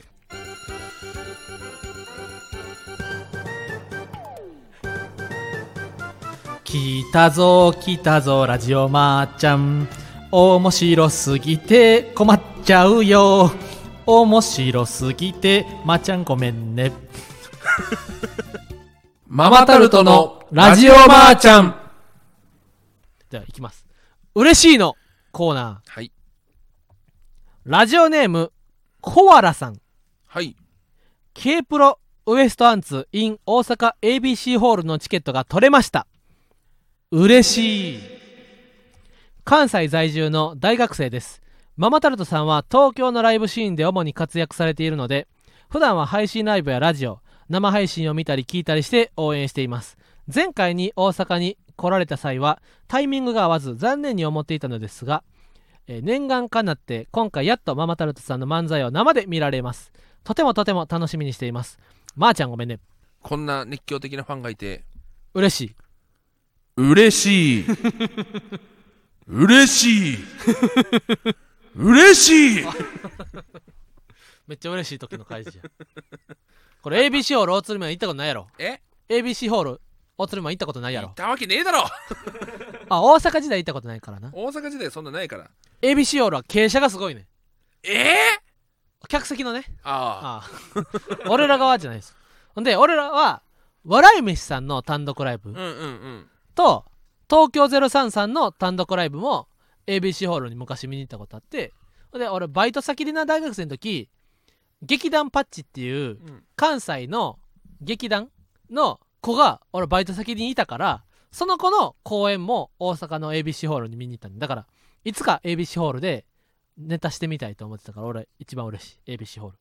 Speaker 1: 来たぞ来たぞラジオまーちゃん面白すぎて困っちゃうよ面白すぎてまーちゃんごめんね
Speaker 3: ママタルトのラジオマーちゃん。
Speaker 1: ではいきます嬉しいのコーナー
Speaker 2: はい
Speaker 1: ラジオネームコアラさん
Speaker 2: はい
Speaker 1: K プロウエストアンツ in 大阪 ABC ホールのチケットが取れました嬉しい関西在住の大学生ですママタルトさんは東京のライブシーンで主に活躍されているので普段は配信ライブやラジオ生配信を見たり聞いたりして応援しています前回に大阪に来られた際はタイミングが合わず残念に思っていたのですが、えー念願かなって今回やっとママタルトさんの漫才を生で見られますとてもとても楽しみにしていますまー、ちゃんごめんね
Speaker 2: こんな熱狂的なファンがいて
Speaker 1: 嬉しい
Speaker 2: 嬉しい嬉しい嬉しい
Speaker 1: めっちゃ嬉しい時の開示や これ ABC ホール大鶴見は行ったことないやろ
Speaker 2: え
Speaker 1: ABC ホール大鶴見は行ったことないや
Speaker 2: 行
Speaker 1: ろ
Speaker 2: ったわけねえだろ
Speaker 1: あ大阪時代行ったことないからな
Speaker 2: 大阪時代そんなないから
Speaker 1: ABC ホールは傾斜がすごいね
Speaker 2: ええ
Speaker 1: 客席のね
Speaker 2: ああ
Speaker 1: ああ 俺ら側じゃないですほんで俺らは笑い飯さんの単独ライブ
Speaker 2: うんうんうん
Speaker 1: と東京03さんの単独ライブも ABC ホールに昔見に行ったことあってほんで俺バイト先でな大学生の時劇団パッチっていう
Speaker 2: うん
Speaker 1: 関西の劇団の子が俺バイト先にいたからその子の公演も大阪の ABC ホールに見に行ったんでだからいつか ABC ホールでネタしてみたいと思ってたから俺一番嬉しい ABC ホール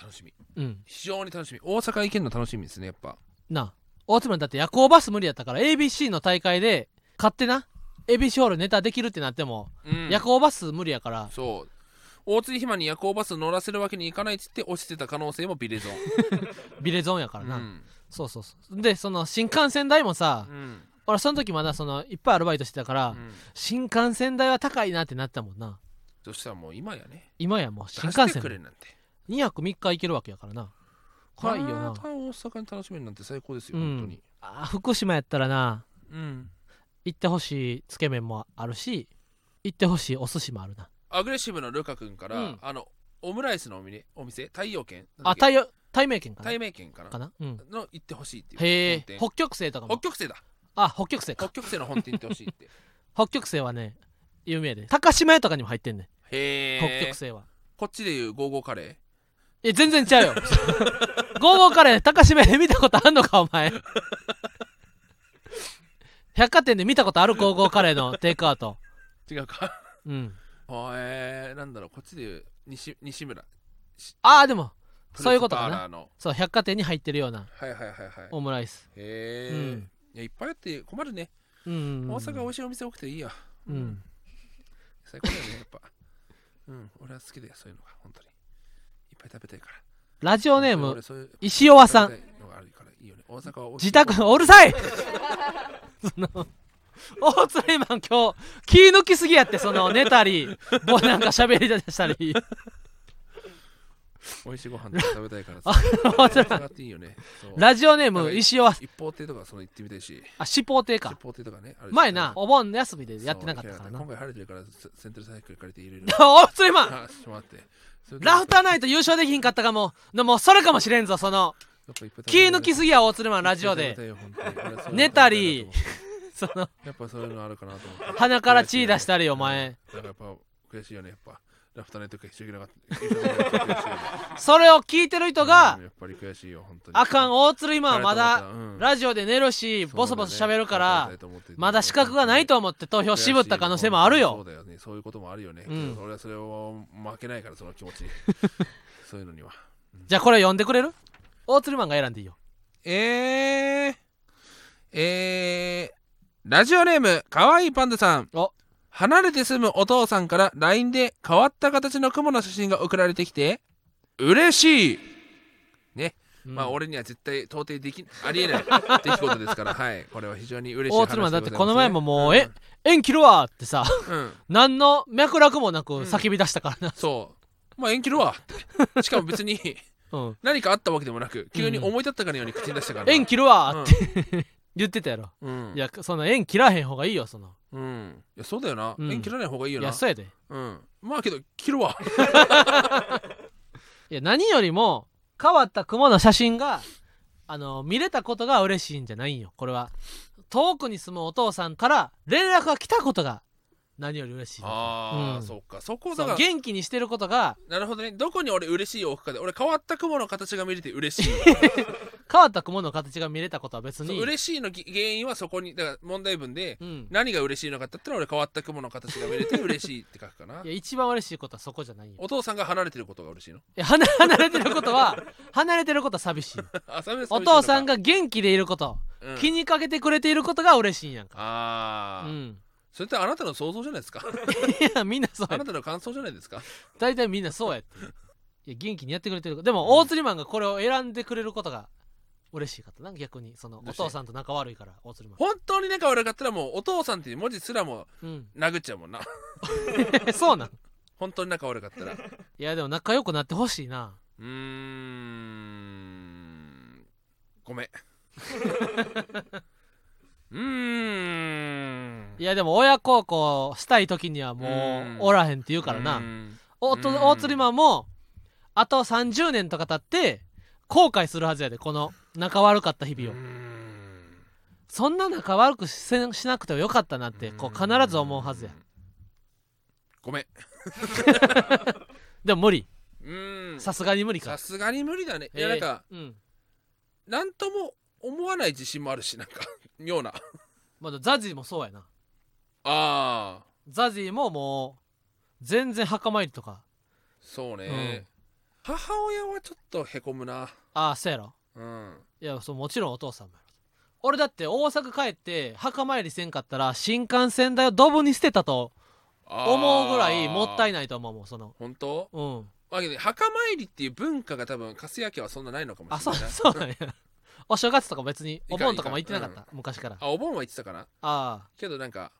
Speaker 2: 楽しみ
Speaker 1: うん
Speaker 2: 非常に楽しみ大阪行けるの楽しみですねやっぱ
Speaker 1: なあ大津村だって夜行バス無理やったから ABC の大会で勝手な ABC ホールネタできるってなっても
Speaker 2: うん
Speaker 1: 夜行バス無理やから
Speaker 2: そう大津暇に夜行バス乗らせるわけにいかないっつって押してた可能性もビレゾン
Speaker 1: ビレゾンやから
Speaker 2: う
Speaker 1: な、
Speaker 2: ん
Speaker 1: そうそうそうでその新幹線代もさ、
Speaker 2: うん
Speaker 1: 俺その時まだそのいっぱいアルバイトしてたから、
Speaker 2: うん
Speaker 1: 新幹線代は高いなってなったもんな
Speaker 2: そしたらもう今やね
Speaker 1: 今やもう新
Speaker 2: 新
Speaker 1: 幹
Speaker 2: 幹線くれ
Speaker 1: 線
Speaker 2: なんて
Speaker 1: 2泊3日行けるわけやからな怖いよな
Speaker 2: また大阪に楽しめるなんて最高ですよ、
Speaker 1: うん
Speaker 2: 本当に
Speaker 1: あー福島やったらな
Speaker 2: うん
Speaker 1: 行ってほしいつけ麺もあるし行ってほしいお寿司もあるな
Speaker 2: アグレッシブなルカ君から、
Speaker 1: うん
Speaker 2: あのオムライスのお店お店太陽圏
Speaker 1: あ
Speaker 2: 太
Speaker 1: 対応対名圏かな
Speaker 2: 対名圏かな
Speaker 1: かな、うん、
Speaker 2: の行ってほしいっていう
Speaker 1: へえ
Speaker 2: 本
Speaker 1: 北極星とか
Speaker 2: 店北
Speaker 1: も
Speaker 2: 極星だ
Speaker 1: あ北極星
Speaker 2: 北
Speaker 1: か
Speaker 2: 極星の本店行ってほしいって
Speaker 1: 北極星はね有名やで高島屋とかにも入ってんねん
Speaker 2: へ
Speaker 1: 北
Speaker 2: え
Speaker 1: 極星は
Speaker 2: こっちでいうゴーゴーカレー
Speaker 1: え全然ちゃうよゴーゴーカレー高島屋で見たことあんのかお前百貨店で見たことあるゴーゴーカレーのテイクアウト
Speaker 2: 違うか
Speaker 1: うん
Speaker 2: あえー、なんだろうこっちでいう西西村
Speaker 1: ああでもそういうことか
Speaker 2: プロ
Speaker 1: な
Speaker 2: レスバーラーの
Speaker 1: そう百貨店に入ってるような
Speaker 2: はいはいはいはい
Speaker 1: オムライス
Speaker 2: へえ、
Speaker 1: うん
Speaker 2: いやいっぱいあって困るね、
Speaker 1: うんうんうん
Speaker 2: 大阪美味しいお店多くていいや
Speaker 1: うん
Speaker 2: 最高だよねやっぱうん俺は好きだよそういうのが本当にいっぱい食べたいから
Speaker 1: ラジオネー
Speaker 2: 俺
Speaker 1: ム
Speaker 2: そういう
Speaker 1: 石尾さん
Speaker 2: 食べたいのがあるからいいよね大阪は美味しい
Speaker 1: 自宅おうるさいその大鶴マン今日気抜きすぎやってその寝たりもうなんか喋り出したり
Speaker 2: 美味しいご飯とか食べたいから さ
Speaker 1: あ
Speaker 2: 大 阪っていいよねそう
Speaker 1: ラジオネーム
Speaker 2: はい
Speaker 1: 石尾
Speaker 2: 一方亭とかその行ってみたいし
Speaker 1: あ四方亭
Speaker 2: 一
Speaker 1: か
Speaker 2: 方亭とかねあるし
Speaker 1: 前な
Speaker 2: そう
Speaker 1: お盆休みでやってなかったから
Speaker 2: そう
Speaker 1: な
Speaker 2: 今回晴れてるからセセントルサイクル借りて いろいろ
Speaker 1: 大鶴マン
Speaker 2: あちょっと待ってそれで
Speaker 1: ラフターナイト優勝できひんかったかものもうそれかもしれんぞその
Speaker 2: やっぱいっぱい食べたい
Speaker 1: 気抜きすぎや大鶴マンラジオで
Speaker 2: いっぱい食べたいよ本当に俺はそういうの
Speaker 1: 寝たりその
Speaker 2: やっぱそういうのあるかなと思って。
Speaker 1: 鼻から血出したりお前
Speaker 2: なんかやっぱ悔しいよね、やっぱ。ラフターナイトか一緒になかった。
Speaker 1: それを聞いてる人が
Speaker 2: うんやっぱり悔しいよ、本当に。
Speaker 1: あかん
Speaker 2: お
Speaker 1: 大鶴今はまだ
Speaker 2: うん
Speaker 1: ラジオで寝るしボソボソ喋るからまだ資格がないと思って投票渋った可能性もある
Speaker 2: そう
Speaker 1: よ
Speaker 2: だよね、そういうこともあるよね。
Speaker 1: うん
Speaker 2: 俺はそれを負けないから、その気 持ち。そういうのには。
Speaker 1: じゃあこれ読んでくれる大鶴マンが選んでいいよ
Speaker 2: えー、えー、ラジオネーム、かわいいパンダさん。
Speaker 1: お
Speaker 2: 離れて住むお父さんから LINE で変わった形の雲の写真が送られてきて、嬉しい
Speaker 1: うん
Speaker 2: まあ俺には絶対到底できありえない出来事です からはいこれは非常に嬉しい
Speaker 1: 大
Speaker 2: 話
Speaker 1: 鶴
Speaker 2: でご
Speaker 1: マン
Speaker 2: ざ
Speaker 1: だっ
Speaker 2: います
Speaker 1: て
Speaker 2: ね
Speaker 1: この前ももう、
Speaker 2: ん
Speaker 1: え縁切るわってさ
Speaker 2: うん
Speaker 1: 何の脈絡もなく叫び出したからな
Speaker 2: そうまあ延期るわってしかも別に
Speaker 1: うん
Speaker 2: 何かあったわけでもなく急に思い立ったかのように口に出したから
Speaker 1: 縁切るわ
Speaker 2: って
Speaker 1: 言ってたやろ
Speaker 2: うん
Speaker 1: いやその縁切らへん方がいいよその
Speaker 2: うんいやそうだよな
Speaker 1: うん
Speaker 2: 縁切らない方がいいよ
Speaker 1: い
Speaker 2: な
Speaker 1: やそうやで
Speaker 2: うんまあけど切るわ
Speaker 1: いや何よりも変わった雲の写真があの見れたことが嬉しいんじゃないんよこれは遠くに住むお父さんから連絡が来たことが何より嬉しい
Speaker 2: ああ、
Speaker 1: うん
Speaker 2: そうかそこ
Speaker 1: そ
Speaker 2: だ
Speaker 1: う
Speaker 2: から
Speaker 1: 元気にしてることが
Speaker 2: なるほどねどこに俺嬉しいを置くかで俺変わった雲の形が見れて嬉しい
Speaker 1: 変わった雲の形が見れたことは別
Speaker 2: そう
Speaker 1: に
Speaker 2: 嬉しいのぎ原因はそこにだから問題文で
Speaker 1: うん、
Speaker 2: 何が嬉しいのかって言ったら俺変わった雲の形が見れて嬉しいって書くかない
Speaker 1: や一番嬉 しいことはそこじゃないよ
Speaker 2: お父さんが離れてることが嬉しいの
Speaker 1: いや離 離れてることは離れてることは寂しい
Speaker 2: あ 寂しい
Speaker 1: お父さん、が元気でいること、
Speaker 2: 寂しいのか
Speaker 1: 気
Speaker 2: うん
Speaker 1: にかけてくれていることが嬉しいんやんかう
Speaker 2: ああ、
Speaker 1: ん
Speaker 2: それってあなたの想像じゃないですか
Speaker 1: いやみんなそう
Speaker 2: あ
Speaker 1: や
Speaker 2: なたの感想じゃないですか
Speaker 1: 大体みんなそう やっていういや元気にやってくれてるでも大釣りマンがこれを選んでくれることが嬉しいかったな逆にそのお
Speaker 2: どうして
Speaker 1: 父さんと仲悪いから大釣りマ
Speaker 2: 本当に仲悪かったらもうお父さんっていう文字すらも
Speaker 1: ン、うん、
Speaker 2: 殴っちゃうもんな
Speaker 1: そうなん
Speaker 2: 本当に仲悪かったらう
Speaker 1: いやでも仲良くなってほしいな
Speaker 2: ーんごめんうーん
Speaker 1: いやでも親孝行したい時にはも
Speaker 2: うん
Speaker 1: うおらへんって言うから
Speaker 2: うー
Speaker 1: なんおと
Speaker 2: うん
Speaker 1: 大釣りマンもあと30年とか経って後悔するはずやでこの仲悪かった日々を
Speaker 2: うーん
Speaker 1: そんな仲悪くしせしなくてもよかったなってこう必ず思うはずや
Speaker 2: ごめん
Speaker 1: でも無理
Speaker 2: うーん
Speaker 1: さすがに無理か
Speaker 2: さすがに無理だねいや
Speaker 1: えー
Speaker 2: なんか
Speaker 1: うん
Speaker 2: なんとも思わない自信もあるしなんか妙な
Speaker 1: まだザジーもそうやな
Speaker 2: ああ
Speaker 1: ザジーももう全然墓参りとか
Speaker 2: そうね、母親はちょっとへこむな
Speaker 1: ああそうやろ
Speaker 2: うん
Speaker 1: いやそうもちろんお父さんもやろ俺だって大阪帰って墓参りせんかったら新幹線代をドブに捨てたと思うぐらいもったい
Speaker 2: な
Speaker 1: な
Speaker 2: い
Speaker 1: いと思うもんその
Speaker 2: 本当
Speaker 1: うん
Speaker 2: まあけど墓参りっていう文化が多分粕谷家はそんなないのかも
Speaker 1: あ
Speaker 2: し
Speaker 1: そ
Speaker 2: れ
Speaker 1: う
Speaker 2: ない な
Speaker 1: そうなんやお正月とか別に
Speaker 2: いかん
Speaker 1: お盆とかも行ってないか
Speaker 2: かん
Speaker 1: った昔からあ
Speaker 2: あお盆は言ってたかな
Speaker 1: あ
Speaker 2: けどなんか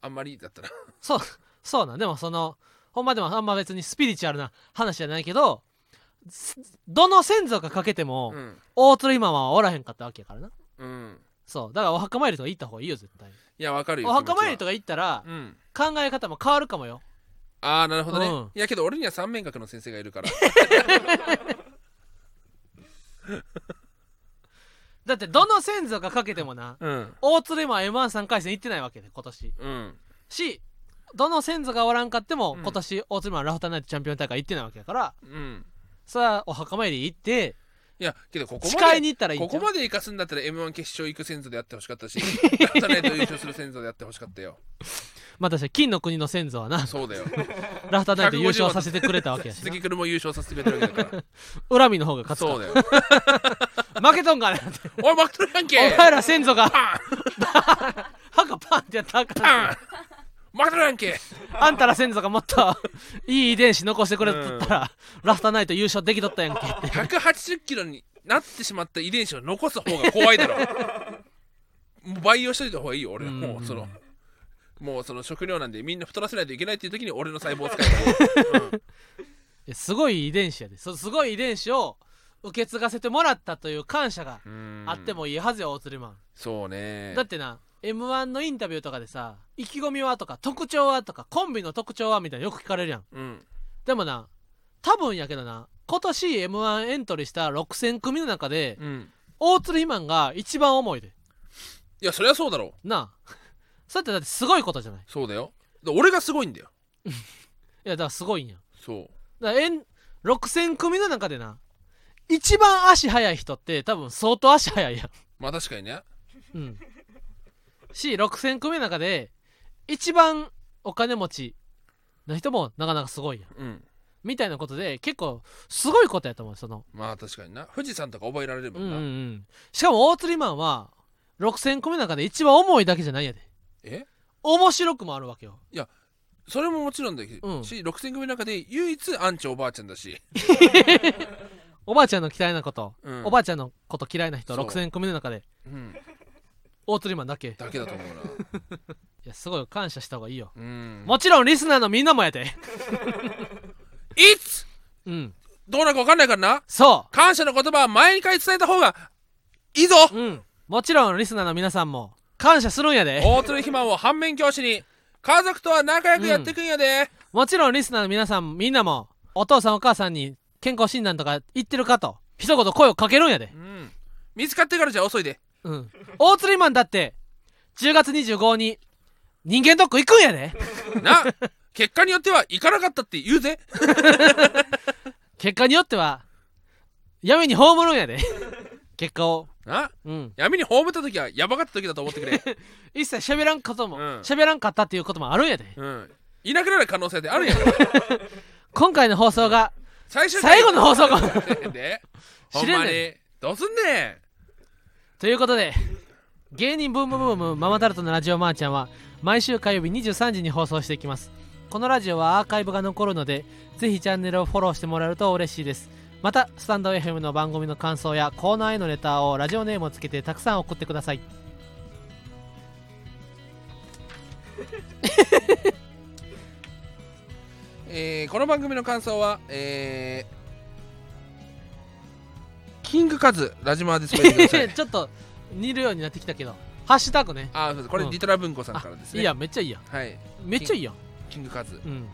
Speaker 2: あんまりだったな
Speaker 1: そうそうなんでもそのほんまでもあんま別にスピリチュアルな話じゃないけどすどの先祖がかけても
Speaker 2: うん
Speaker 1: 大鶴マンはおらへんかったわけやからな
Speaker 2: うんそう
Speaker 1: そうだからお墓参りとか行った方がいいよ絶対
Speaker 2: いやわかるよ
Speaker 1: お墓参りと
Speaker 2: か
Speaker 1: か行ったら
Speaker 2: うん
Speaker 1: 考え方も変わるかもよ
Speaker 2: ああなるほどね、
Speaker 1: うん
Speaker 2: いやけど俺には三面学の先生がい るから
Speaker 1: だってどの先祖がかけてもな
Speaker 2: うん
Speaker 1: 大鶴マン m 1 3回戦行ってないわけで今年
Speaker 2: うん
Speaker 1: しどの先祖がおらんかっても、
Speaker 2: うん
Speaker 1: 今年大鶴マンラフターナイトチャンピオン大会行ってないわけだから
Speaker 2: うん
Speaker 1: それはお墓参り行って
Speaker 2: いやけどここま
Speaker 1: 誓い
Speaker 2: で
Speaker 1: に行ったらいいん
Speaker 2: こ
Speaker 1: ちゃう
Speaker 2: こまで生かすんだったら m 1決勝行く先祖でやってほしかったし ラフターナイト優勝する先祖でやってほしかったよ
Speaker 1: まあ確かに金の国の先祖は な
Speaker 2: そうだよ
Speaker 1: ラフターナイト優勝させてくれたわけやしな
Speaker 2: 鈴木くるも優勝させてくれてるわけだ か
Speaker 1: 恨みの方が
Speaker 2: ら
Speaker 1: 勝つ
Speaker 2: そう
Speaker 1: か
Speaker 2: だよ
Speaker 1: 負けとんかなって
Speaker 2: おいマクトル関係
Speaker 1: お前ら先祖が墓パンってやったらあかん
Speaker 2: パンマクトル関係
Speaker 1: あんたら 先祖がもっといい遺伝子残してくれとったら、ラフターナイト優勝できとったやんけって。
Speaker 2: 180キロになってしまった遺伝子を残す方が怖いだろもう培養しといた方がいいよ俺は
Speaker 1: うん
Speaker 2: もうそのもうその食料なんでみんな太らせないといけないっていう時に俺の細胞を使えばいい、うん
Speaker 1: いや すごい遺伝子やで。そすごい遺伝子を受け継がせてもらったという感謝があってもいいはずよ、大鶴マン。
Speaker 2: そうね
Speaker 1: だってな、M1 のインタビューとかでさ、意気込みはとか、特徴はとか、コンビの特徴はみたいなのよく聞かれるやん。
Speaker 2: うん
Speaker 1: でもな、多分やけどな、今年 M1 エントリーした6000組の中で、
Speaker 2: うん
Speaker 1: 大鶴マンが一番重いで。
Speaker 2: いやそりゃそうだろ
Speaker 1: なあ。 それってだってすごいことじゃない。
Speaker 2: そうだよだ俺がすごいんだよ
Speaker 1: いや、だからすごいんや。
Speaker 2: そう
Speaker 1: だからえん6000組の中でな一番足速い人って多分相当足速いや ん
Speaker 2: まあ確かにね
Speaker 1: うんし6000組の中で一番お金持ちの人もなかなかすごいやん
Speaker 2: うん
Speaker 1: みたいなことで結構すごいことやと思うその
Speaker 2: まあ確かにな富士山とか覚えられるも
Speaker 1: うんうん
Speaker 2: んな、
Speaker 1: うんしかも大釣りマンは6000組の中で一番重いだけじゃないやで
Speaker 2: え
Speaker 1: 面白くもあるわけよ
Speaker 2: それももちろんだけど、
Speaker 1: うん
Speaker 2: し6000組の中で唯一アンチおばあちゃんだし、
Speaker 1: おばあちゃんの嫌いなこと、
Speaker 2: うん
Speaker 1: おばあちゃんのこと嫌いな人
Speaker 2: そう
Speaker 1: 6000組の中で
Speaker 2: うん、
Speaker 1: 大釣りマンだけい
Speaker 2: だけだと思うな
Speaker 1: やすごい感謝した方がいいよ
Speaker 2: うん
Speaker 1: もちろんリスナーのみんなもやで
Speaker 2: いつ
Speaker 1: うん。
Speaker 2: どうなるか分かんないからな
Speaker 1: そ
Speaker 2: 感謝の言葉は毎回伝えた方がいいぞ
Speaker 1: う。うん。もちろんリスナーの皆さんも感謝するんやで。
Speaker 2: 大鶴肥満を反面教師に家族とは仲良くやっていくんやで、
Speaker 1: もちろんリスナーの皆さんみんなもお父さんお母さんに健康診断とか行ってるかと一言声をかけるんやで
Speaker 2: うん見つかってからじゃ遅いで
Speaker 1: うん大釣りマンだって10月25日に人間ドック行くんやで
Speaker 2: な結果によっては行かなかったって言うぜ
Speaker 1: 結果によっては闇に葬るんやで結果を
Speaker 2: な
Speaker 1: うん
Speaker 2: 闇に葬った時はヤバかった時だと思ってくれ
Speaker 1: 一切喋らんことも
Speaker 2: うん
Speaker 1: 喋、らんかったっていうこともあるんやで
Speaker 2: うんいなくなる可能性であるやん
Speaker 1: 今回の放送が
Speaker 2: 最終回
Speaker 1: 最後の放送か
Speaker 2: で ほ
Speaker 1: 知
Speaker 2: ん
Speaker 1: れんねん
Speaker 2: まにどうすんね
Speaker 1: ということで芸人ブームブームママタルトのラジオマーちゃんは毎週火曜日23時に放送していきますこのラジオはアーカイブが残るのでぜひチャンネルをフォローしてもらえると嬉しいですまたスタンド FM の番組の感想やコーナーへのレターをラジオネームをつけてたくさん送ってください
Speaker 2: んえーこの番組の感想はえーキングカズラジマーでスペインください
Speaker 1: ちょっと似るようになってきたけどハッシュタグね
Speaker 2: あーそうですこれ
Speaker 1: うん
Speaker 2: リトラ文庫さんからですね
Speaker 1: いいやめっちゃいいやん
Speaker 2: はい
Speaker 1: めっちゃいいやん
Speaker 2: キングカズ
Speaker 1: うん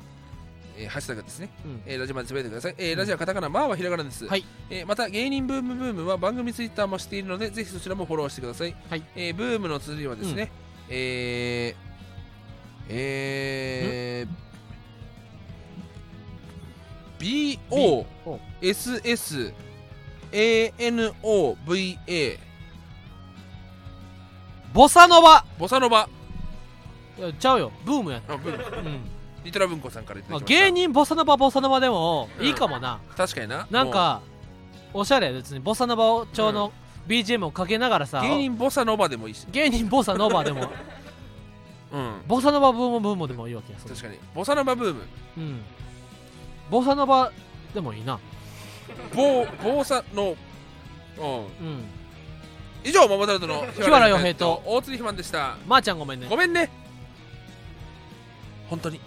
Speaker 2: えーハッシュタグですね
Speaker 1: うん
Speaker 2: えーラジオまでつぶやいてください、えーラジオはカタカナ、マーはひらがなです、
Speaker 1: はい
Speaker 2: えーまた芸人ブームブームは番組ツイッターもしているのでぜひそちらもフォローしてください、
Speaker 1: はい
Speaker 2: えーブームの綴りはですね、えーえー
Speaker 1: O
Speaker 2: BOSSANOVA
Speaker 1: ボサノバ
Speaker 2: ボサノバ
Speaker 1: いやちゃうよブームやん
Speaker 2: あブーム
Speaker 1: うん
Speaker 2: リトラ文庫さんからいた
Speaker 1: ま
Speaker 2: だ
Speaker 1: あ
Speaker 2: きました
Speaker 1: 芸人ボサノバボサノバでもいいかもな、
Speaker 2: 確かにな
Speaker 1: なんかおしゃれ別にボサノバ調の BGM をかけながら
Speaker 2: も
Speaker 1: さ、
Speaker 2: う芸人ボサノバでもいいし
Speaker 1: 芸人ボサノバで も
Speaker 2: うん
Speaker 1: ボサノバブームブームでもいいわけやそれ
Speaker 2: 確かにボサノバブーム
Speaker 1: うんボサノバでもいいな
Speaker 2: ボーボーサのうん
Speaker 1: うん
Speaker 2: 以上ママタルトの日
Speaker 1: 原洋平と
Speaker 2: 大鶴ひまんでした
Speaker 1: まー、ちゃんごめんね
Speaker 2: ごめんね本当に